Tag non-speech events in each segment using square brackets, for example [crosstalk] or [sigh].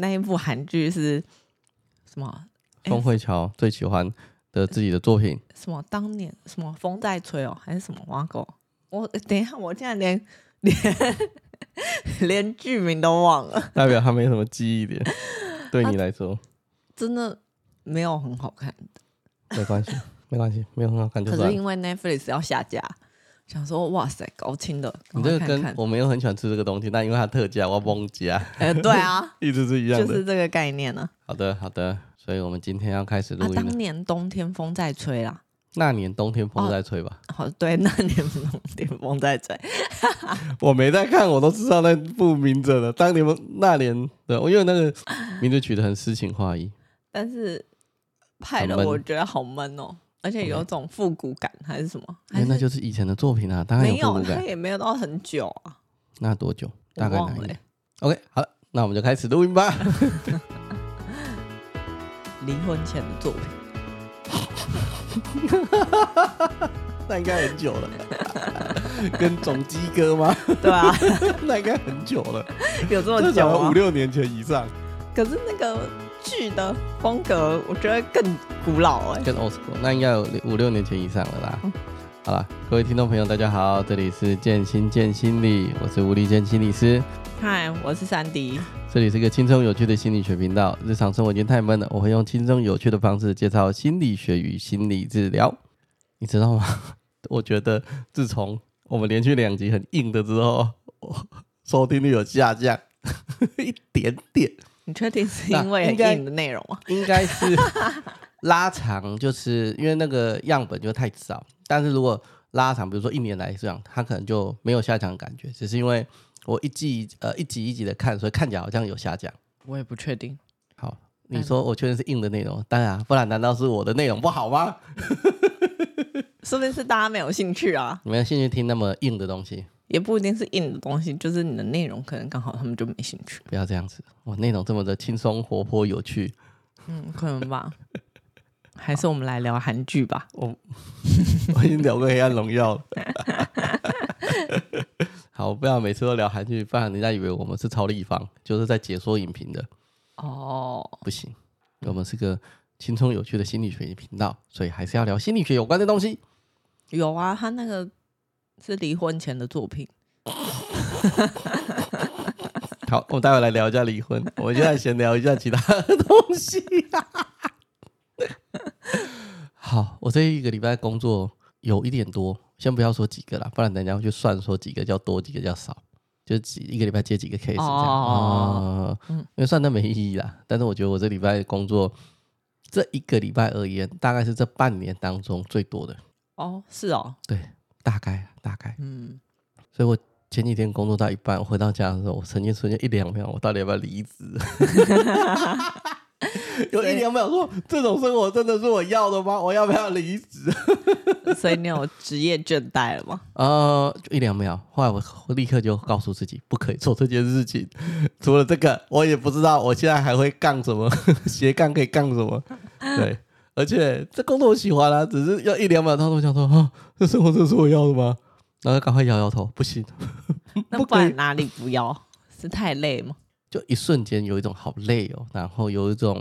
那一部韩剧是什么？哎宋慧乔最喜欢的自己的作 [laughs] 品，什么当年什么风在吹哦，还是什么挖狗？我等一下，我竟然连连连剧名都忘了，代表她没什么记忆点。对啊你来说真的没有很好看。没关系，没关系，没有很好看就可算是了。因为 Netflix 要下架，想说哇塞，高清的，赶你快这个看跟看。我没有很喜欢吃这个东西，但因为它特价，我要崩加，哎、对啊，一直是 [laughs] 一样就的。是这个概念呢、好的，好的，所以我们今天要开始啊。录音当了。年冬天风在吹啦，那年冬天哦风在吹吧，好，对，那年冬天风在吹，我没在看，我都知道那部名字了。当年那年的，我因为那个名字取得很诗情画意，但是拍很的闷我觉得好闷哦，而且有种复古感还是什么？因还为是那就是以前的作品啊，当然没有有，复古它感。也没有到很久啊，那多久？我大概忘哪一了年欸。 ？OK，好了，那我们就开始录音吧。离婚前的作品， [laughs] 那应该很久了，跟总鸡哥吗？对啊， [laughs] 那应该很久了，有这么至久少吗五？六年前以上。可是那个剧的风格，我觉得更古老哎、跟 Oscar 那应该有五六年前以上了啦。好啦，各位听众朋友，大家好，这里是建心建心理，我是吴立建心理师，嗨，我是三 D，这里是一个轻松有趣的心理学频道。日常生活已经太闷了，我会用轻松有趣的方式介绍心理学与心理治疗。你知道吗？ [laughs] 我觉得自从我们连续两集很硬的之后，我收听率有下降 [laughs] 一点点。你确定是那因为很应该硬的内容吗？应该是 [laughs] 拉长，就是因为那个样本就太少。但是如果拉长，比如说一年来这样，它可能就没有下降的感觉，只是因为我一季呃一集一集的看，所以看起来好像有下降。我也不确定。好，你说我确认是硬的内容，当然啊，不然难道是我的内容不好吗？说不定是大家没有兴趣啊，你们有兴趣听那么硬的东西？也不一定是硬的东西，就是你的内容可能刚好他们就没兴趣，不要这样子，我内容这么的轻松活泼有趣，嗯，可能 [laughs] 吧。还是我们来聊韩剧吧。我 [laughs] 我已经聊过《黑暗荣耀》 [laughs] 了。好，不要每次都聊韩剧，不然人家以为我们是超立方，就是在解说影评的，哦，不行。我们是个轻松有趣的心理学频道，所以还是要聊心理学有关的东西。有啊，他那个是离婚前的作品， [laughs] 好，我们待会来聊一下离婚，我们现在闲聊一下其他的东西、好，我这一个礼拜工作有一点多，先不要说几个啦，不然等一下会去算说几个叫多，几个叫少，就几一个礼拜接几个 case 这样。哦哦，因为算的没意义啦。但是我觉得我这礼拜工作，这一个礼拜而言，大概是这半年当中最多的，哦，是哦，大概大概。嗯，所以我前几天工作到一半，我回到家的时候，我曾经瞬间一两秒，我到底要不要离职？ [laughs] 有一两秒说，这种生活真的是我要的吗？我要不要离职？ [laughs] 所以你有职业倦怠了吗？呃，就一两秒，后来我我立刻就告诉自己，不可以做这件事情。除了这个，我也不知道我现在还会干什么， [laughs] 斜杠可以干什么。对，而且这工作我喜欢啊，只是要一两秒，当中想说，啊，这生活真的是我要的吗？然后赶快摇摇头，不行，那不 [laughs] 不可以然哪里不要？是太累吗？就一瞬间有一种好累哦，然后有一种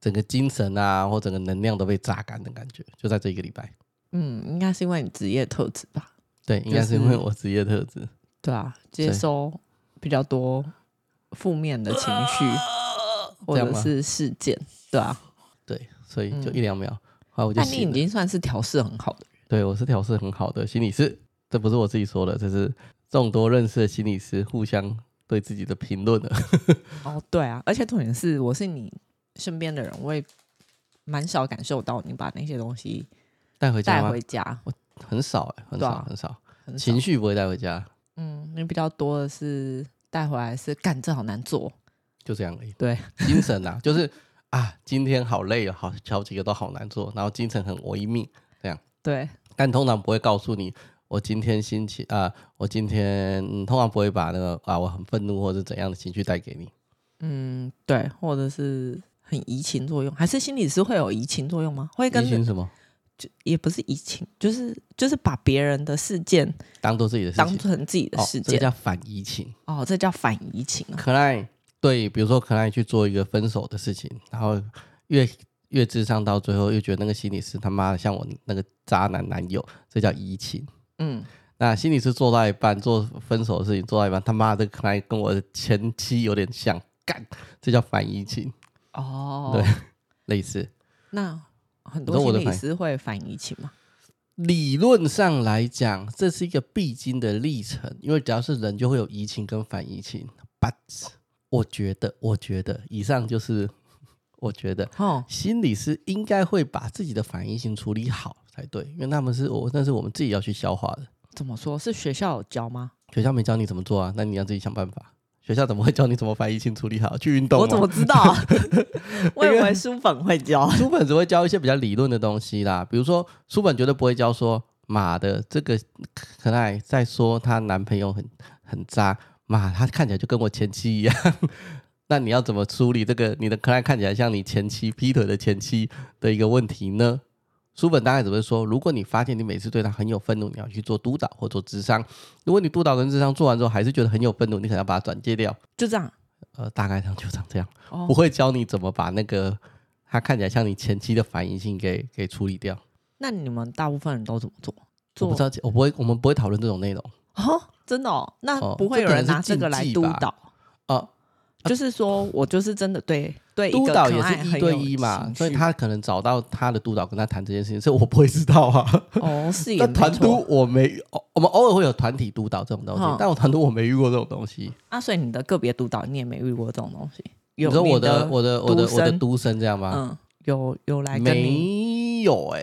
整个精神啊或整个能量都被榨干的感觉，就在这一个礼拜。嗯，应该是因为你职业特质吧。对，应该是因为我职业特质。对啊，接对收比较多负面的情绪或这样者吗是事件，对啊。对，所以就一两秒，后来我就但你醒已了。经算是调试很好的人，对我是调试很好的心理师，这不是我自己说的，这是众多认识的心理师互相对自己的评论 [laughs] 的。哦，对啊，而且重点是，我是你身边的人，我也蛮少感受到你把那些东西带回家带吗回？家，很少、欸，很对少，啊很少。很少情绪不会带回家，嗯，你比较多的是带回来是干这好难做，就这样而已。对，精神啊，就是啊，今天好累哦，好好几个都好难做，然后精神很萎靡。对，但通常不会告诉你我今天心情啊、我今天、嗯通常不会把那个啊我很愤怒或者怎样的情绪带给你。嗯，对，或者是很移情作用，还是心理师会有移情作用吗？会跟你情什么？就也不是移情，就是就是把别人的事件当做自己的事当情，成自己的哦事这个件叫反移情。哦这叫反移情啊，可爱，对，比如说可能你去做一个分手的事情，然后越越智商到最后，又觉得那个心理师他妈的像我那个渣男男友，这叫移情。嗯，那心理师做到一半，做分手的事情做到一半，他妈的可能跟我的前妻有点像，干，这叫反移情，哦，对， [laughs] 类似。那很你多说我心的理反应师会反移情嘛？理论上来讲，这是一个必经的历程，因为只要是人，就会有移情跟反移情。But 我觉得，我觉得以上就是 [laughs] 我觉得哦，心理师应该会把自己的反应性处理好才对，因为他们是我，那是我们自己要去消化的。怎么说？是学校有教吗？学校没教你怎么做啊，那你要自己想办法。学校怎么会教你怎么反应性处理好？去运动、啊？我怎么知道 [laughs] 啊？我以为书本会 [laughs] 教。书本只会教一些比较理论的东西啦，比如说书本绝对不会教说妈的这个可爱在说她男朋友很很渣，妈她看起来就跟我前妻一样。那你要怎么处理这个你的可爱看起来像你前妻劈腿的前妻的一个问题呢？书本大概只会说，如果你发现你每次对他很有愤怒，你要去做督导或做智商。如果你督导跟智商做完之后还是觉得很有愤怒，你可能要把它转介掉。就这样。呃，大概上就长这样。不哦，会教你怎么把那个他看起来像你前妻的反应性给给处理掉。那你们大部分人都怎么做？我做不知道，我不会，我们不会讨论这种内容哦，真的哦，那哦不会有这可人能是拿这个来禁忌督吧导，哦。就是说我就是真的对对一督个导可也爱是一很对有一嘛，兴所以趣他可能找到他的督导跟他谈这件事情，所以我不会知道啊。哦 [laughs] 是 [laughs] 也那没团错督我没，哦我们偶尔会有团体督导这种东西，嗯但我团督我没遇过这种东西。啊，所以你的个别督导你也没遇过这种东西，有你说你我的呃我的我的独我的生督生这样吗？嗯有有来跟你没有哎、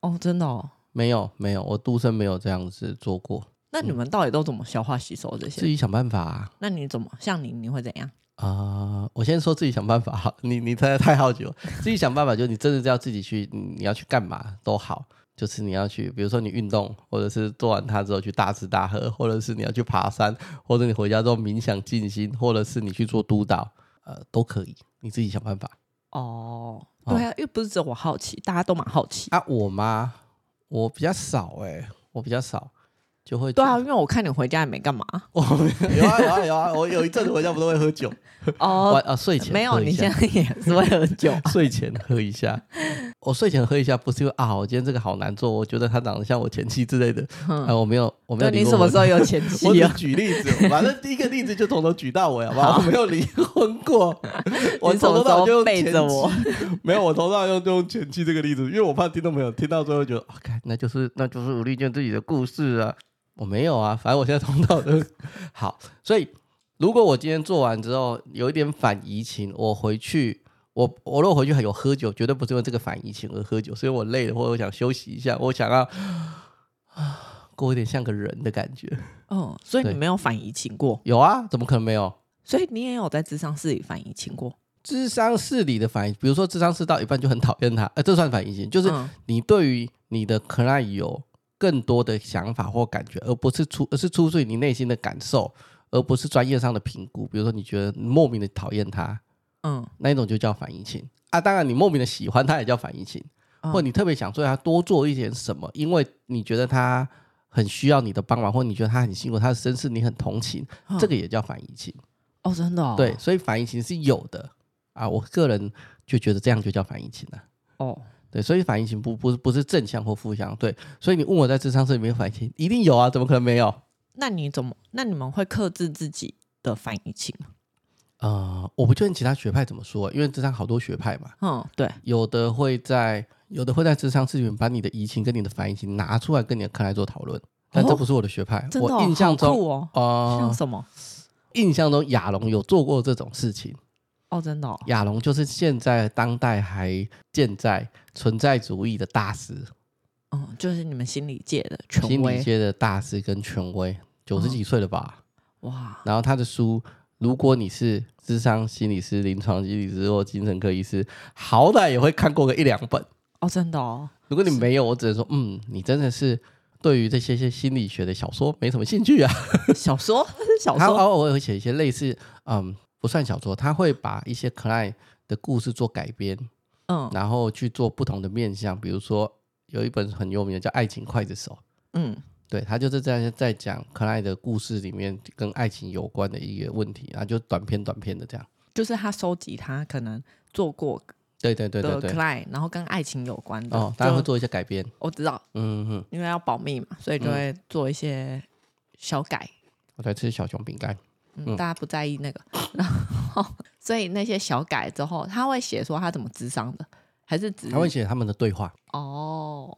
哦真的哦，没有没有，我督生没有这样子做过，那你们到底都怎么消化吸收这自些？己想办法、啊。那你怎么像你你会怎样？啊、我先说自己想办法好，你你太太好奇了，自己想办法，就你真的是要自己去，你你要去干嘛都好，就是你要去，比如说你运动，或者是做完它之后去大吃大喝，或者是你要去爬山，或者你回家之后冥想静心，或者是你去做督导，呃，都可以，你自己想办法。哦，哦对啊，又不是只有我好奇，大家都蛮好奇。啊，我妈，我比较少哎、我比较少，就会对啊，，因为我看你回家也没干嘛。 [laughs] 我有啊有啊有啊，我有一阵子回家不都会喝酒，晚哦，啊睡前没有，喝一你下现在也是会喝酒。 [laughs] 睡前喝一下。 [laughs] 我睡前喝一下，不是因为啊，我今天这个好难做，我觉得他长得像我前妻之类的。啊、嗯，我没有， [laughs] 我没有对你离过什么婚时候？有前 [laughs] 妻我只啊？举例子，反正第一个例子就从头举到尾，好不好？我没有离婚 [laughs] 过，我你什从头么时到尾就候用背前着妻我？ [laughs] 没有，我头上用用前妻这个例子，因为我怕听众朋友听到最后觉得，啊，看那就是那就是吴丽娟自己的故事啊。我没有啊，反正我现在头脑都好，所以如果我今天做完之后有一点反移情，我回去，我我如果回去还有喝酒，绝对不是因为这个反移情而喝酒，所以我累了或者我想休息一下，我想要啊过一点像个人的感觉。嗯，所以你对没有反移情过，有啊，怎么可能没有？所以你也有在智商室里反移情过。智商室里的反应，比如说智商室到一半就很讨厌他， [laughs] 呃，这算反应性，就是嗯你对于你的 client 有更多的想法或感觉，而不是出而是出自于你内心的感受，而不是专业上的评估。比如说，你觉得莫名的讨厌他，嗯，那一种就叫反应性啊。当然，你莫名的喜欢他也叫反应性，嗯或你特别想对他多做一点什么，因为你觉得他很需要你的帮忙，或你觉得他很辛苦，他的身世你很同情，嗯这个也叫反应性。哦，真的哦，对，所以反应型是有的啊。我个人就觉得这样就叫反应型了、哦，对，所以反应型不不是不是正向或负向，对，所以你问我在智商是没有反应型，一定有啊，怎么可能没有？那你怎么？那你们会克制自己的反移情吗？呃，我不确定其他学派怎么说，因为智商好多学派嘛，嗯，对，有的会在有的会在智商室里面把你的移情跟你的反应型拿出来跟你的客来做讨论，但这哦不是我的学派，真的哦、我印象好中酷哦，像呃，什么？印象中亚龙有做过这种事情。哦，真的、哦，亚龙就是现在当代还健在存在主义的大师，嗯，就是你们心理界的权心理威，界的大师跟权威，九十嗯几岁了吧？哇，然后他的书，如果你是智商心理师、临床心理师或精神科医师，好歹也会看过个一两本。哦，真的哦，如果你没有，我只能说，嗯，你真的是对于这些些心理学的小说没什么兴趣啊。小 [laughs] 说，小他说，偶尔会写一些类似，嗯，不算小说，他会把一些 client 的故事做改编，嗯然后去做不同的面向，比如说有一本很有名的叫《爱情刽子手》，嗯，对他就是在在讲可爱的故事里面跟爱情有关的一个问题，啊，就短片短片的这样。就是他收集他可能做过对对对对的对 c，l i e 然后跟爱情有关的，哦，当然会就做一些改编，我知道，嗯哼，因为要保密嘛，所以嗯就会做一些小改，我在吃小熊饼干，嗯，嗯大家不在意那个， [laughs] 然后所以那些小改之后，他会写说他怎么智商的，还是只他会写他们的对话，哦，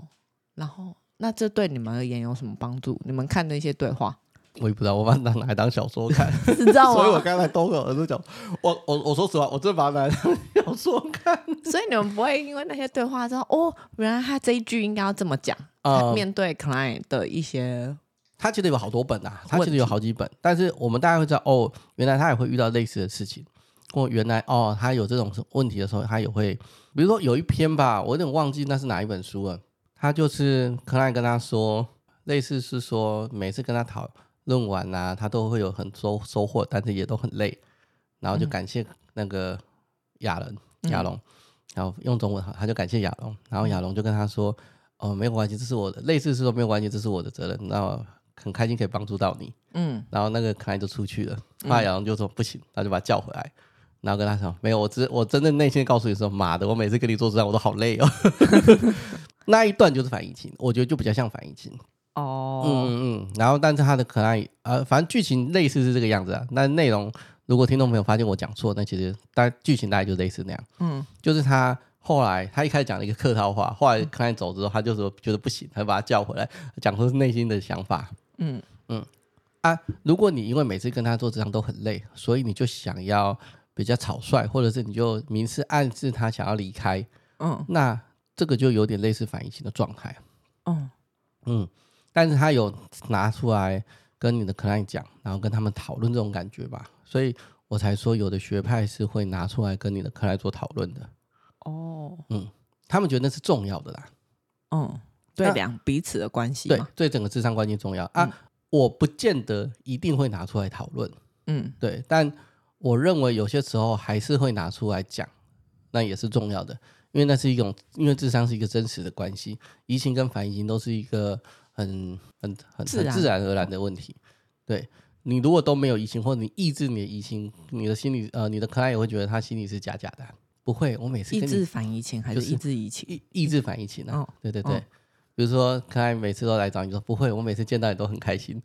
然后那这对你们而言有什么帮助？你们看那些对 [laughs] 话，我也不知道，我把它拿来当小说看，知道 [laughs] 所以我吗？刚才都跟我儿子讲，我我我说实话，我真的把它拿来当小说看所以你们不会因为那些对话知道哦，原来他这一句应该要这么讲，啊。面对 client 的一些他其实有好多本啊，他问其实有好几本，但是我们大概会知道，哦，原来他也会遇到类似的事情，或原来哦，他有这种问题的时候，他也会，比如说有一篇吧，我有点忘记那是哪一本书了，他就是克莱跟他说，类似是说每次跟他讨论完啊，他都会有很收收获，但是也都很累，然后就感谢那个亚人亚龙，然后用中文他就感谢亚龙，然后亚龙就跟他说。哦，没有关系，这是我的，类似是说没有关系，这是我的责任。那很开心可以帮助到你。嗯然后那个可爱就出去了，后来杨就说不行，然后就把他叫回来，然后跟他说没有，我只我真正内心告诉你说，妈的，我每次跟你做这样我都好累哦。 [laughs] 那一段就是反应情，我觉得就比较像反应情。哦，嗯嗯嗯。然后，但是他的可爱呃，反正剧情类似是这个样子啊。那内容如果听众朋友发现我讲错，那其实大概剧情大概就类似那样。嗯，就是他后来他一开始讲了一个客套话，后来可爱走之后，他就说觉得不行，他把他叫回来，讲出内心的想法。嗯嗯啊，如果你因为每次跟他做这样都很累，所以你就想要比较草率，或者是你就明示暗示他想要离开，嗯那这个就有点类似反应型的状态。嗯嗯，但是他有拿出来跟你的 client 讲，然后跟他们讨论这种感觉吧，所以我才说有的学派是会拿出来跟你的 client 做讨论的，哦，他们觉得那是重要的啦，嗯，对那两彼此的关系对嘛，，对整个智商关系重要啊。嗯我不见得一定会拿出来讨论，嗯对，但我认为有些时候还是会拿出来讲，那也是重要的，因为那是一种，因为智商是一个真实的关系，移情跟反移情都是一个很很很自很然自然而然的问题。对你如果都没有移情，或者你抑制你的移情，你的心理呃，你的 client 也会觉得他心里是假假的啊。不会，我每次抑跟你制反移情还就是是抑制移情？抑抑制反应情啊。哦对对对，哦比如说可爱每次都来找你说不会，我每次见到你都很开心。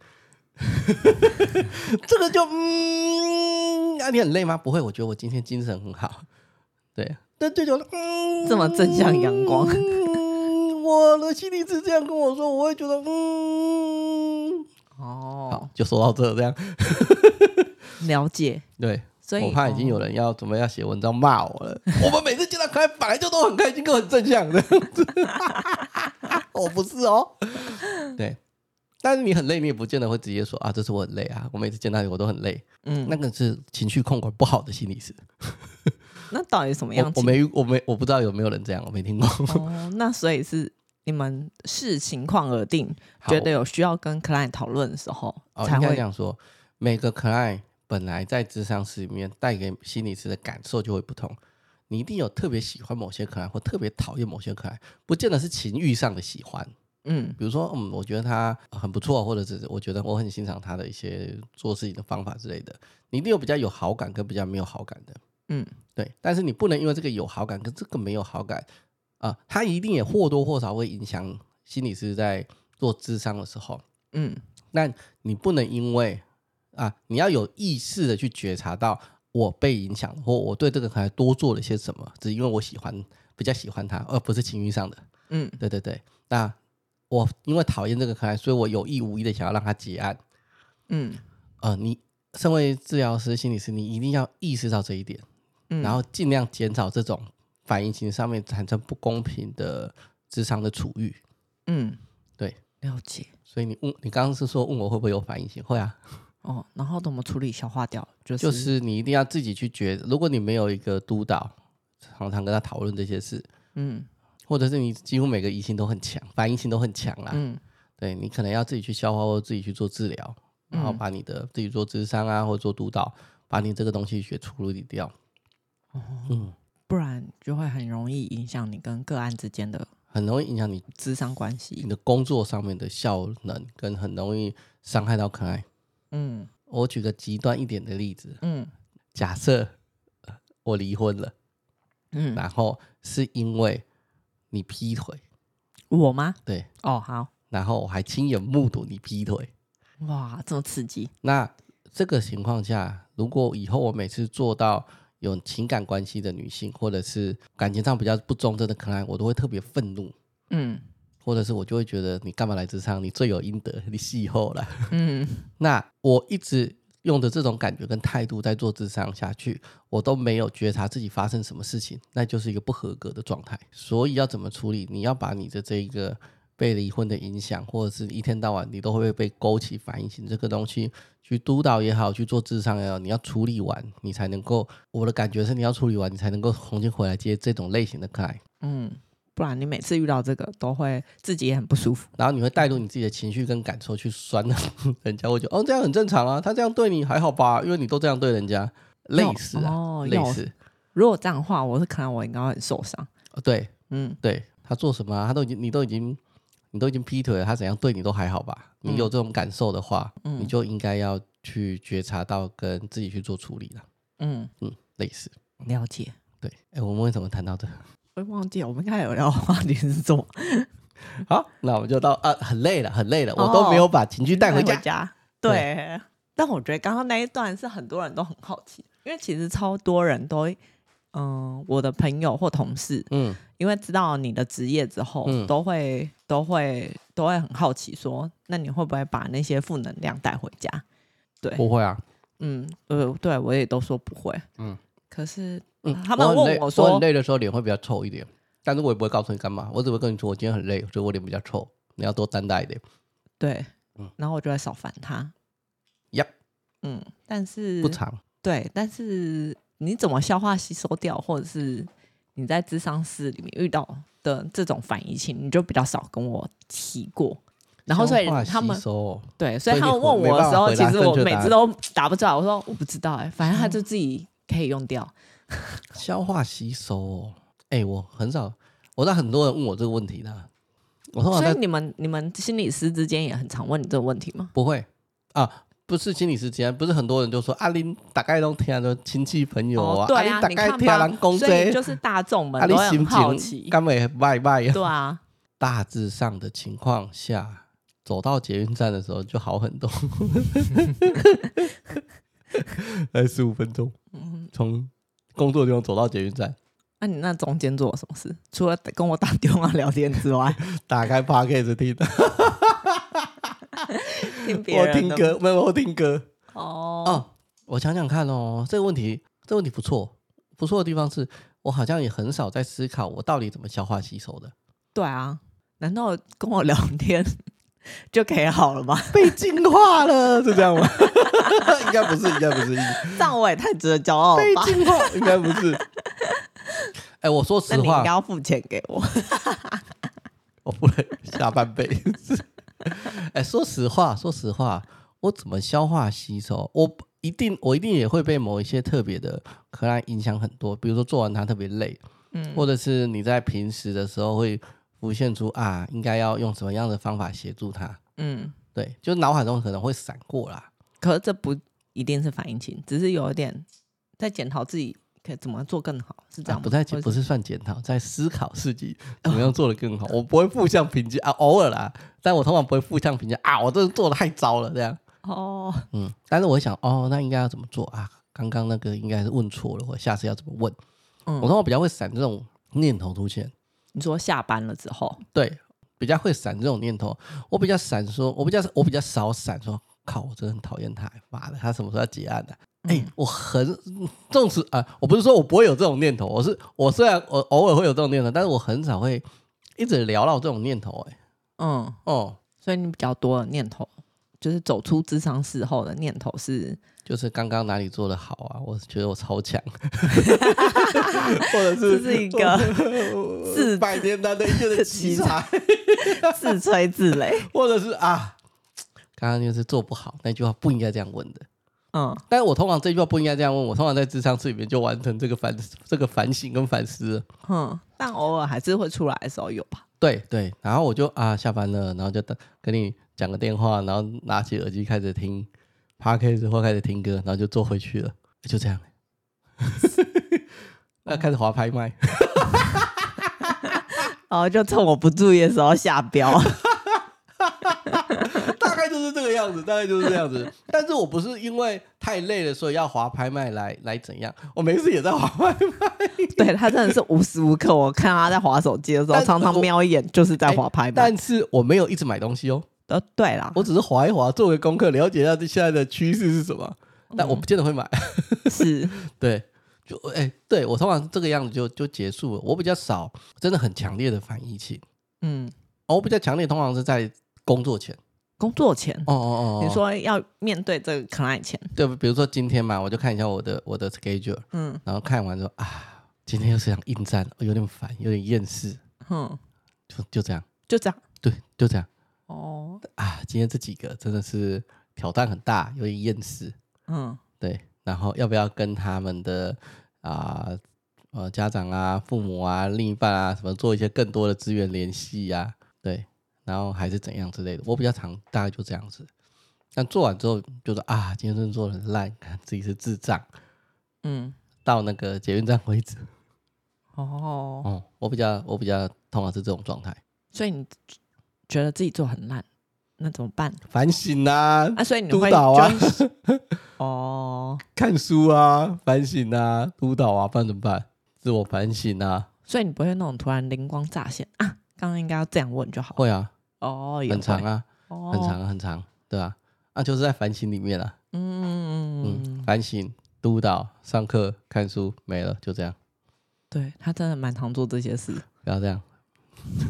[laughs] 这个就嗯，啊，你很累吗？不会，我觉得我今天精神很好。对，那这就嗯，这么正向阳光嗯， [laughs] 我的心理是这样跟我说，我会觉得嗯，好哦，，就说到这这样。了解，对，所以我怕已经有哦人要准备要写文章骂我了。 [laughs] 我们每次见到可爱，本来就都很开心，跟很正 [laughs] 向的样子。我不是哦，对。但是你很累，你也不见得会直接说啊，这是我很累啊。我每次见到你，我都很累。嗯，那个是情绪控管不好的心理师。那到底什么样我子？我没遇我没我不知道有没有人这样，我没听过。哦，那所以是你们视情况而定，好觉得有需要跟 client 讨论的时候、 [laughs] 哦，才应该会这样说，每个可爱本来在智商室里面带给心理师的感受就会不同。你一定有特别喜欢某些可爱，或特别讨厌某些可爱，不见得是情欲上的喜欢。嗯比如说，嗯，我觉得他很不错，或者是我觉得我很欣赏他的一些做事情的方法之类的。你一定有比较有好感跟比较没有好感的，嗯对。但是你不能因为这个有好感跟这个没有好感啊、他一定也或多或少会影响心理师在做智商的时候。嗯那你不能因为啊，你要有意识的去觉察到我被影响了，或我对这个可能多做了些什么，只因为我喜欢，比较喜欢他，而不是情欲上的。嗯对对对，那我因为讨厌这个可爱，所以我有意无意的想要让他结案。嗯呃，你身为治疗师、心理师，你一定要意识到这一点，嗯，然后尽量减少这种反应情上面产生不公平的智商的处遇。嗯对，了解所以你问，你刚刚是说问我会不会有反应性？会啊，哦，然后怎么处理消化掉？就是就是你一定要自己去觉。如果你没有一个督导，常常跟他讨论这些事，嗯或者是你几乎每个疑心都很强，反应性都很强啦，嗯对你可能要自己去消化或自己去做治疗，然后嗯把你的、自己做智商啊，或做督导，把你这个东西给处理掉。哦，嗯，不然就会很容易影响你跟个案之间的很容易影响你智商关系你。的工作上面的效能，跟很容易伤害到可爱。嗯我举个极端一点的例子，嗯假设呃我离婚了，嗯，然后是因为你劈腿，我吗？对，哦，好，然后我还亲眼目睹你劈腿，哇，这么刺激，那这个情况下，如果以后我每次做到有情感关系的女性，或者是感情上比较不忠贞的可爱，我都会特别愤怒，嗯或者是我就会觉得你干嘛来职场？你罪有应得，你戏后了。 [laughs] 嗯那我一直用着这种感觉跟态度在做智商下去，我都没有觉察自己发生什么事情，那就是一个不合格的状态。所以要怎么处理？你要把你的这一个被离婚的影响，或者是一天到晚你都会被勾起反应型这个东西，去督导也好，去做智商也好，你要处理完，你才能够。我的感觉是你要处理完，你才能够重新回来接这种类型的 client。嗯，不然你每次遇到这个都会自己也很不舒服。然后你会带入你自己的情绪跟感受去酸 [laughs] 人家，会觉得哦这样很正常啊，他这样对你还好吧，因为你都这样对人家，类似啊，哦，类要似，如果这样的话，我是可能我应该会很受伤。哦对嗯对，他做什么、啊，他都已经你都已经你都已经劈腿了，他怎样对你都还好吧，你有这种感受的话，嗯你就应该要去觉察到跟自己去做处理了，嗯，嗯，类似，了解。对，哎，我们为什么谈到这？我也忘记了，我们刚才有聊话题是什么？ [laughs] 好，那我们就到啊，很累了，很累了，我哦都没有把情绪带回家，对，但我觉得刚刚那一段是很多人都很好奇，因为其实超多人都会，嗯、我的朋友或同事，嗯因为知道你的职业之后，嗯都会都会都会很好奇说，那你会不会把那些负能量带回家？对不会啊，嗯，呃，对我也都说不会，嗯嗯，可是、嗯他们很累问我说，很累的时候脸会比较臭一点，但是我也不会告诉你干嘛，我只会跟你说我今天很累，所以我脸比较臭，你要多担待一点。对，嗯然后我就会少烦他。 Yep 嗯，但是不长，对，但是你怎么消化吸收掉，或者是你在智商室里面遇到的这种反应性，你就比较少跟我提过。然后所以消化吸他们收对，所所以以他你们回问没我的办时法候，回其答实正我确每答次案都答不出来。我说我不知道哎、反正他就自己可以用掉。消化吸收哦，哎、我很少，我知道很多人问我这个问题的，我通常所以在你们你们心理师之间也很常问你这个问题吗？不会啊。不是心理时间，不是很多人就说啊，你大概都听着亲戚朋友啊，哦，对啊，啊，你你大概看听吧人，公所以这，就是大众们啊，都你会很心好情奇。干嘛也拜拜啊？对 [laughs] 啊，大致上的情况下，走到捷运站的时候就好很多， [laughs] 还十五分钟，从工作地方走到捷运站，那、啊你那中间做了什么事？除了跟我打电话聊天之外，打开 p o d c a s 听， [laughs] 听别我人听的歌，没有我听歌。哦，哦，我想想看哦，这个问题，这个问题不错，不错的地方是我好像也很少在思考我到底怎么消化吸收的，对啊， [laughs] 难道跟我聊天就可以好了吗？被进化了，是这样吗？ [laughs] 应该不是，应该不是，应 [laughs] 这样我也太值得骄傲了被吧？进化应该不是。哎、我说实那你应话该，要付钱给我。我不能下半辈子。 [laughs] 哎，说实话，说实话，我怎么消化吸收？我不一定，我一定也会被某一些特别的可爱影响很多。比如说做完它特别累，嗯或者是你在平时的时候会浮现出啊，应该要用什么样的方法协助他。嗯，对，就脑海中可能会闪过啦。可是这不一定是反应情，只是有一点在检讨自己可以怎么做更好，是这啊样吗、不在或不是算检讨，在思考自己怎么样做得更好。我不会负向评价啊，偶尔啦，但我通常不会负向评价啊，我这做的太糟了这样。哦，嗯，但是我想，哦，那应该要怎么做啊？刚刚那个应该是问错了，我下次要怎么问？嗯我通常比较会闪这种念头出现，你说下班了之后，对，比较会闪这种念头。我比较闪说，我比较我比较少闪说，靠，我真的很讨厌他，妈的，他什么时候要结案的、哎、我很重视啊、我不是说我不会有这种念头，我是我虽然我偶尔会有这种念头，但是我很少会一直聊到这种念头、哎，嗯，哦，所以你比较多的念头，就是走出智商事后的念头是就是刚刚哪里做的好啊？我觉得我超强， [laughs] 或者这是是一个自百年难得一见的奇才， [laughs] 自吹自 [laughs] 擂。 [laughs] 或者是啊，刚刚就是做不好那句话不应该这样问的。嗯，但是我通常这句话不应该这样问，我通常在智商室里面就完成这个反这个反省跟反思了。哼、但偶尔还是会出来的时候有吧。对对，然后我就啊下班了，然后就打跟你讲个电话，然后拿起耳机开始听 p o d c a s 或开始听歌，然后就坐回去了，就这样。 [laughs] 那开始滑拍卖， [laughs] 然哦后就趁我不注意的时候下标。大概就是这个样子，大概就是这样子。但是我不是因为太累了，所以要滑拍卖来来怎样？我没事也在滑拍卖。 [laughs] 对他真的是无时无刻，我看他在划手机的时候，但常常我瞄一眼就是在划拍卖。但是我没有一直买东西哦，呃，对啦，我只是划一划，做个功课，了解一下这现在的趋势是什么。但我不见得会买，是对，就哎、对我通常是这个样子就就结束了。我比较少，真的很强烈的反疫情。嗯，哦我比较强烈，通常是在工作前。工作前哦哦哦，你说要面对这个 client 前，对，比如说今天嘛，我就看一下我的我的 schedule，嗯然后看完之后啊，今天又是想应战，有点烦，有点厌世，哼，就就这样，就这样对，就这样哦，啊。今天这几个真的是挑战很大，有点厌世，嗯对。然后要不要跟他们的啊呃家长啊、父母啊、另一半啊什么做一些更多的资源联系呀、对，然后还是怎样之类的，我比较常大概就这样子。但做完之后就说啊，今天真的做的很烂，看自己是智障。嗯，到那个捷运站为止。哦，哦，我比较我比较通常是这种状态，所以你觉得自己做很烂，那怎么办？反省啊，嗯啊，所以你督会导啊，就是 [laughs] 哦，看书啊，反省啊，督导啊，不然怎么办？自我反省啊，所以你不会那种突然灵光乍现啊，刚刚应该要这样问就好。会啊，哦，也很长会，啊，哦很长、啊、很长，对啊，啊，就是在反省里面啊，嗯嗯嗯，嗯，反省、督导、上课、看书，没了，就这样，对他真的蛮常做这些事。不要这样， [laughs]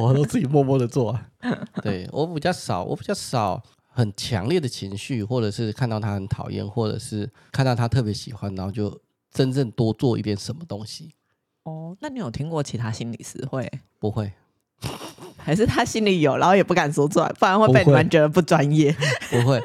我都自己默默的做、啊， [laughs] 对我比较少，我比较少。很强烈的情绪，或者是看到他很讨厌，或者是看到他特别喜欢，然后就真正多做一点什么东西，哦，那你有听过其他心理师会， [laughs] 不会，还是他心里有，然后也不敢说出来，不然会被不你会们觉得不专业？不会，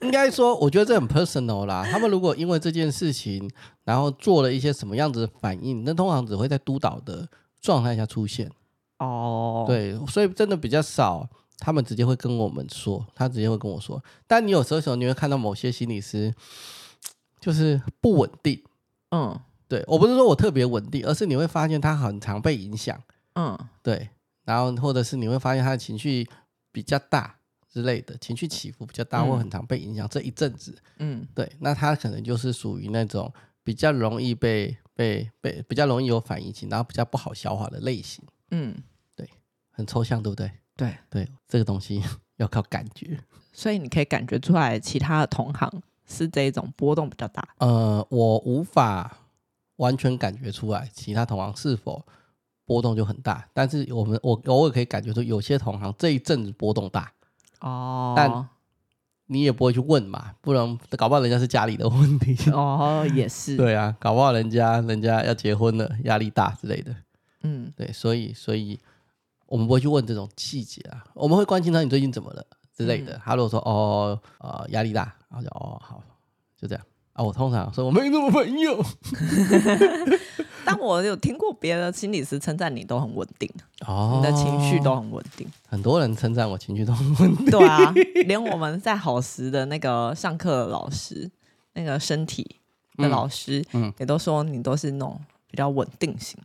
应该说，我觉得这很 personal 啦。他们如果因为这件事情，然后做了一些什么样子的反应，那通常只会在督导的状态下出现。哦，，对，所以真的比较少，他们直接会跟我们说，他直接会跟我说。但你有时候时候你会看到某些心理师就是不稳定。嗯对我不是说我特别稳定，而是你会发现他很常被影响。嗯对，然后或者是你会发现他的情绪比较大之类的，情绪起伏比较大，嗯或很常被影响这一阵子。嗯对，那他可能就是属于那种比较容易被被被比较容易有反应性，然后比较不好消化的类型。嗯，很抽象，对不对？对，对，这个东西 [laughs] 要靠感觉。所以你可以感觉出来，其他的同行是这一种波动比较大。呃，我无法完全感觉出来其他同行是否波动就很大，但是我们我偶尔可以感觉出有些同行这一阵子波动大，哦，但你也不会去问嘛，不然搞不好人家是家里的问题。 [laughs] 哦也 [laughs] 是，对啊，搞不好人家人家要结婚了，压力大之类的。嗯对，所以所以我们不会去问这种细节啊，我们会关心他你最近怎么了之类嗯的。他如果说哦呃压力大，然后就哦好，就这样啊。我通常说我没什么 [laughs] 朋友但我有听过别的心理师称赞你都很稳定，哦你的情绪都很稳定。很多人称赞我情绪都很稳定，对 [laughs] 啊，连我们在好时的那个上课的老师，那个身体的老师，嗯嗯也都说你都是那种比较稳定型，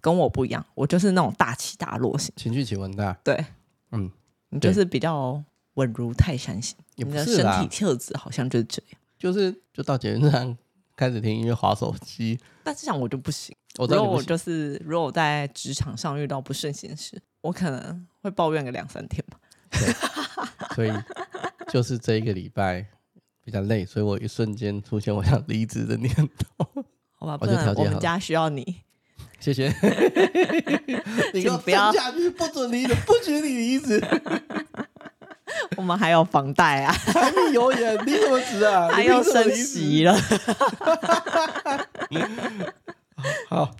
跟我不一样，我就是那种大起大落型。 [laughs] 情绪起伏很大，对嗯，你对就是比较稳如泰山型，你也不的是身啦体特质好像就是这样。就是就到节目上开始听音乐、划手机。但是像我就不行，我知如道果你不我行，就是如果我在职场上遇到不顺心的事，我可能会抱怨个两三天吧。所以就是这一个礼拜。比较累，所以我一瞬间出现我想离职的念头。好吧，我不哦就调然节我好们了家需要你。 [laughs] 谢谢。你给我请不要撑下去，不准离职，不许你 [laughs] 离职，我们还有房贷啊，柴米油盐，离什么职 [laughs] 啊？还你凭要什么升离职息。 [laughs] 了。好，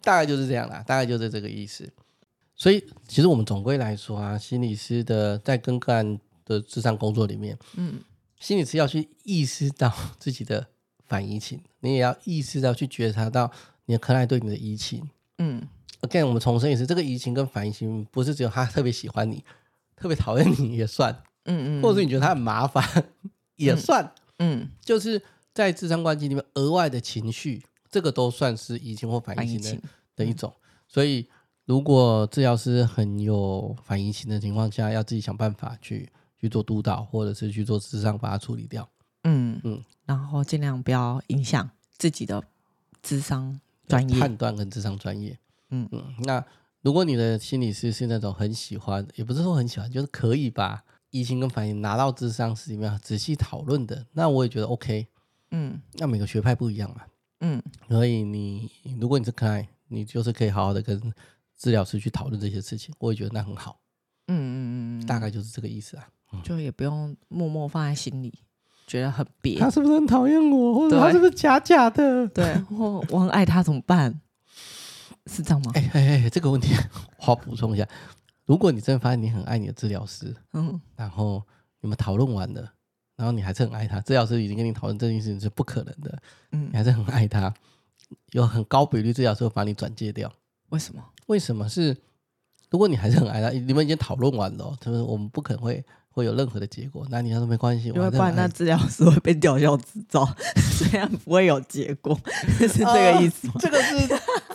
大概就是这样啦，大概就是这个意思。所以，其实我们总归来说啊，心理师的在跟个案的智商工作里面，嗯，心理师要去意识到自己的反移情，你也要意识到去觉察到你的可爱对你的移情，嗯， again，我们重申一次，这个移情跟反移情不是只有他特别喜欢你， [laughs] 特别讨厌你也算，嗯嗯，或者是你觉得他很麻烦、 [laughs] 也算，嗯就是在智商关系里面额外的情绪，这个都算是移情或反反移移情的情，嗯的一种。所以，如果治疗师很有反移情的情况下，要自己想办法去去做督导，或者是去做智商把它处理掉。嗯嗯嗯，然后尽量不要影响自己的智商专业，判断跟智商专业。嗯嗯嗯，那如果你的心理师是那种很喜欢，也不是说很喜欢，就是可以把移情跟反应拿到智商室里面仔细讨论的，那我也觉得 OK。嗯那每个学派不一样嘛，嗯所以你如果你是 client，你就是可以好好的跟治疗师去讨论这些事情，我也觉得那很好。嗯嗯嗯，大概就是这个意思啊。就也不用默默放在心里，觉得很别。他是不是很讨厌我，或者对他是不是假假的？对，我我很爱他怎么办？是这样吗？哎哎哎，这个问题我要补充一下。如果你真的发现你很爱你的治疗师，嗯然后你们讨论完了，然后你还是很爱他，治疗师已经跟你讨论这件事情是不可能的，你嗯，还是很爱他，有很高比率治疗师会把你转介掉。为什么？为什么是？如果你还是很爱他， [laughs] 你们已经讨论完了哦，就是我们不可能会会有任何的结果。那你他说没关系，因我为还是啊不很然爱那你治疗师会被吊销执照， [laughs] 虽然不会有结果， [laughs] 是这个意思吗？这个是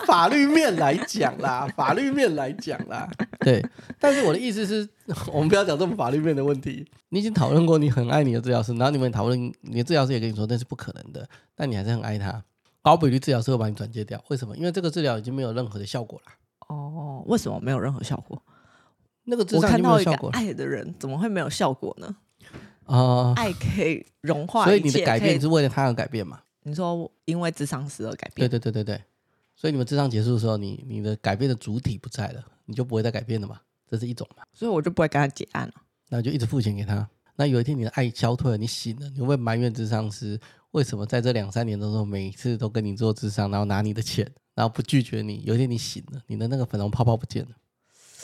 法律面来讲啦， [laughs] 法律面来讲啦。对，但是我的意思是， [laughs] 我们不要讲这么法律面的问题。你已经讨论过你很爱你的治疗师，然后你们讨论你的治疗师也跟你说那是不可能的，但你还是很爱他。高比率治疗师会把你转介掉，为什么？因为这个治疗已经没有任何的效果了，哦，为什么没有任何效果？那个治我疗已看经没有到一个效果了爱的人，怎么会没有效果呢？啊、爱可以融化所以一你的切，改可以变是为了他而改变嘛？你说因为智商师而改对变，对对对对，所以你们智商结束的时候，你你的改变的主体不在了，你就不会再改变了嘛？这是一种嘛？所以我就不会跟他结案了。那就一直付钱给他。那有一天你的爱消退了，你醒了，你会不会埋怨智商师为什么在这两三年当中，每次都跟你做智商，然后拿你的钱，然后不拒绝你？有一天你醒了，你的那个粉红泡泡不见了，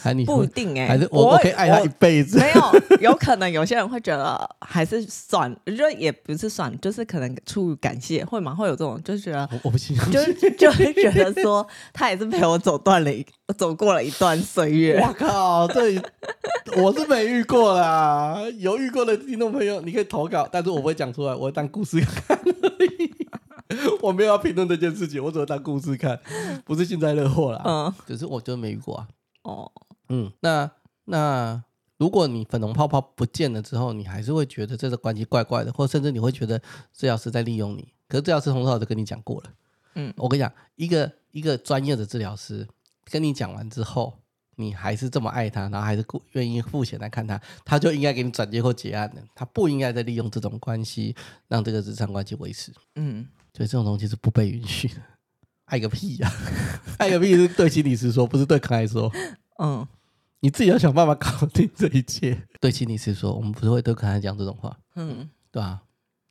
还你不一会定哎、还是我我可以爱他一我辈子？没有，有可能有些人会觉得还是算，就也不是算，就是可能出于感谢，会吗？会有这种，就觉得 [laughs] [laughs] 我我不信。就就会觉得说，他也是陪我走断了一，走过了一段岁月。我靠，这里我是没遇过啦，有遇过的听众朋友，你可以投稿，但是我不会讲出来，我会当故事看而已。 [laughs] 我没有要评论这件事情，我只会当故事看，不是幸灾乐祸啦。嗯，可是我就没遇过啊。哦，嗯，那那如果你粉红泡泡不见了之后，你还是会觉得这个关系怪怪的，或甚至你会觉得治疗师在利用你。可是治疗师从头到尾都跟你讲过了。嗯我跟你讲，一个一个专业的治疗师跟你讲完之后，你还是这么爱他，然后还是顾愿意付钱来看他，他就应该给你转接或结案的，他不应该再利用这种关系让这个职场关系维持。嗯，所以这种东西是不被允许的。 [laughs] 爱个屁呀、爱个屁是对心理师说，不是对可爱说。嗯，你自己要想办法搞定这一切。对心理师说，我们不是会对可爱讲这种话，嗯，对吧、啊？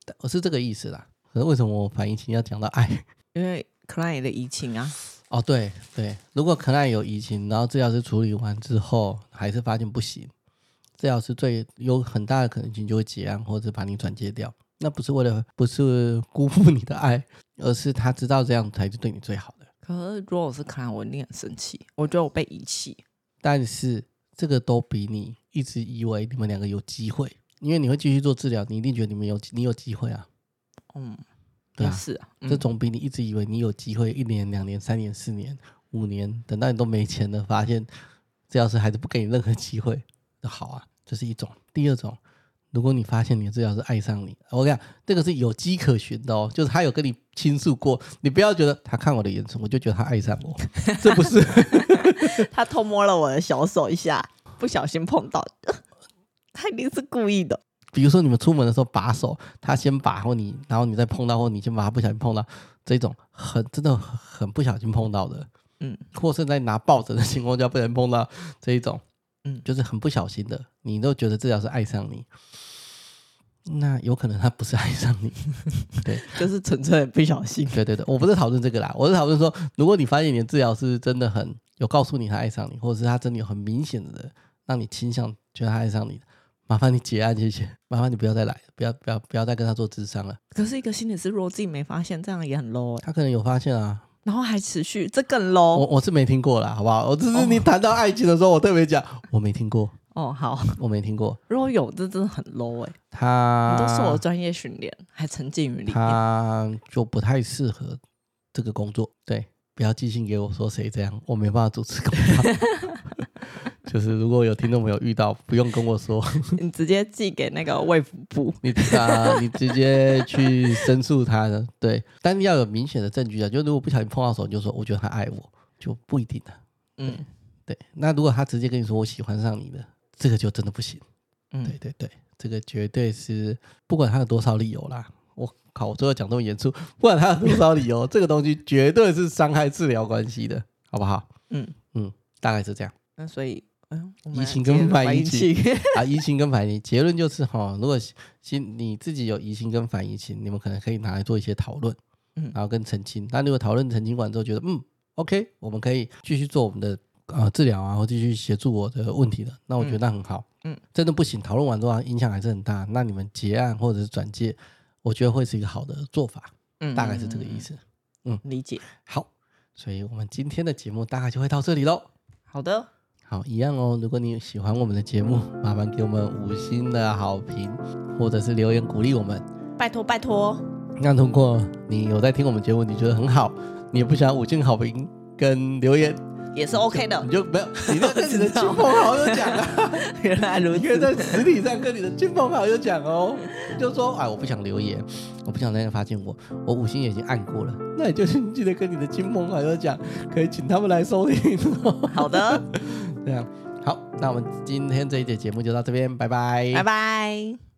但我是这个意思啦。可是为什么我反应情要讲到爱？ [laughs] 因为 client 的移情啊，哦，对对，如果可爱有移情，然后治疗师处理完之后还是发现不行，治疗师最有很大的可能性就会结案或者把你转接掉。那不是为了不是辜负你的爱，而是他知道这样才是对你最好的。可是如果我是 client，我一定很生气，我觉得我被遗弃。但是这个都比你一直以为你们两个有机会，因为你会继续做治疗，你一定觉得你们有你有机会啊。嗯，对也啊是啊，嗯这总比你一直以为你有机会一年、两年、三年、四年、五年，等到你都没钱了，发现这疗师还是不给你任何机会，好啊，这是一种。第二种，如果你发现你的治疗师爱上你，我跟你讲，这个是有迹可循的哦，就是他有跟你倾诉过，你不要觉得他看我的眼神，我就觉得他爱上我，这不是他偷摸了我的小手一下，不小心碰到 [laughs] 的，他一定是故意的。比如说你们出门的时候把手，他先把或你，然后你再碰到或你先把他不小心碰到，这种很真的很很不小心碰到的，嗯，或是在拿抱枕的情况下不小心碰到这一种，嗯就是很不小心的，你都觉得治疗是爱上你，那有可能他不是爱上你，就是纯粹不小心。对对对，我不是讨论这个啦，我是讨论说，如果你发现你的治疗师真的很有告诉你他爱上你，或者是他真的有很明显的让你倾向觉得他爱上你，麻烦你结案谢谢，麻烦你不要再来，不要不要不要再跟他做智商了。可是一个心理师如果自己没发现，这样也很 low 哎、他可能有发现啊，然后还持续，这更我 low 我是没听过啦，好不好？我只是你谈到爱情的时候，我特别讲，我没听过，哦。好， [laughs] 我没听过。如果有，这真的很 low 哎、他你都是我的专业训练，还沉浸于里啊面。他就不太适合这个工作。对，不要寄信给我说谁这样，我没办法主持公道。 [laughs] 就是如果有听众朋友遇到，不用跟我说， [laughs] [laughs] 你直接寄给那个卫福部，你啊，你直接去申诉他的。对，但要有明显的证据啊。就如果不小心碰到手，你就说我觉得他爱我，就不一定啊。嗯对，那如果他直接跟你说我喜欢上你了，这个就真的不行。对嗯，对对，这个绝对是不管他有多少理由啦。我靠，我最后讲这么严肃，不管他有多少理由，这 [laughs] 个东西绝对是伤害治疗关系的，好不好？嗯嗯，大概是这样那所以，嗯，我们移来情接跟着反怀移疑情器 [laughs] [laughs] 啊。移情跟反移情，结论就是哈，如果心你自己有移情跟反移情，你们可能可以拿来做一些讨论，嗯然后跟澄清。那如果讨论澄清完之后，觉得嗯，OK，我们可以继续做我们的呃治疗啊，或继续协助我的问题的，那我觉得那很好。嗯真的不行，讨论完之后影响还是很大，那你们结案或者是转介，我觉得会是一个好的做法，嗯大概是这个意。思。嗯理解，好，所以我们今天的节目大概就会到这里喽。好的，好，一样哦。如果你喜欢我们的节目，麻烦给我们五星的好评，或者是留言鼓励我们。拜托拜托，那通过你有在听我们节目，你觉得很好，你也不想要五星好评跟留言，也是 OK 的 [laughs] 你。就没有，你就跟你的亲朋好友讲 [laughs] 啊。原来如 [laughs] 你可以在此，实体上跟你的亲朋好友讲哦，你就说哎，我不想留言，我不想让人家发现我，我五星也已经按过了，那你就记得跟你的亲朋好友讲，可以请他们来收听哦。好 [laughs] 的，啊这样好，那我们今天这一节节目就到这边，拜拜，拜拜。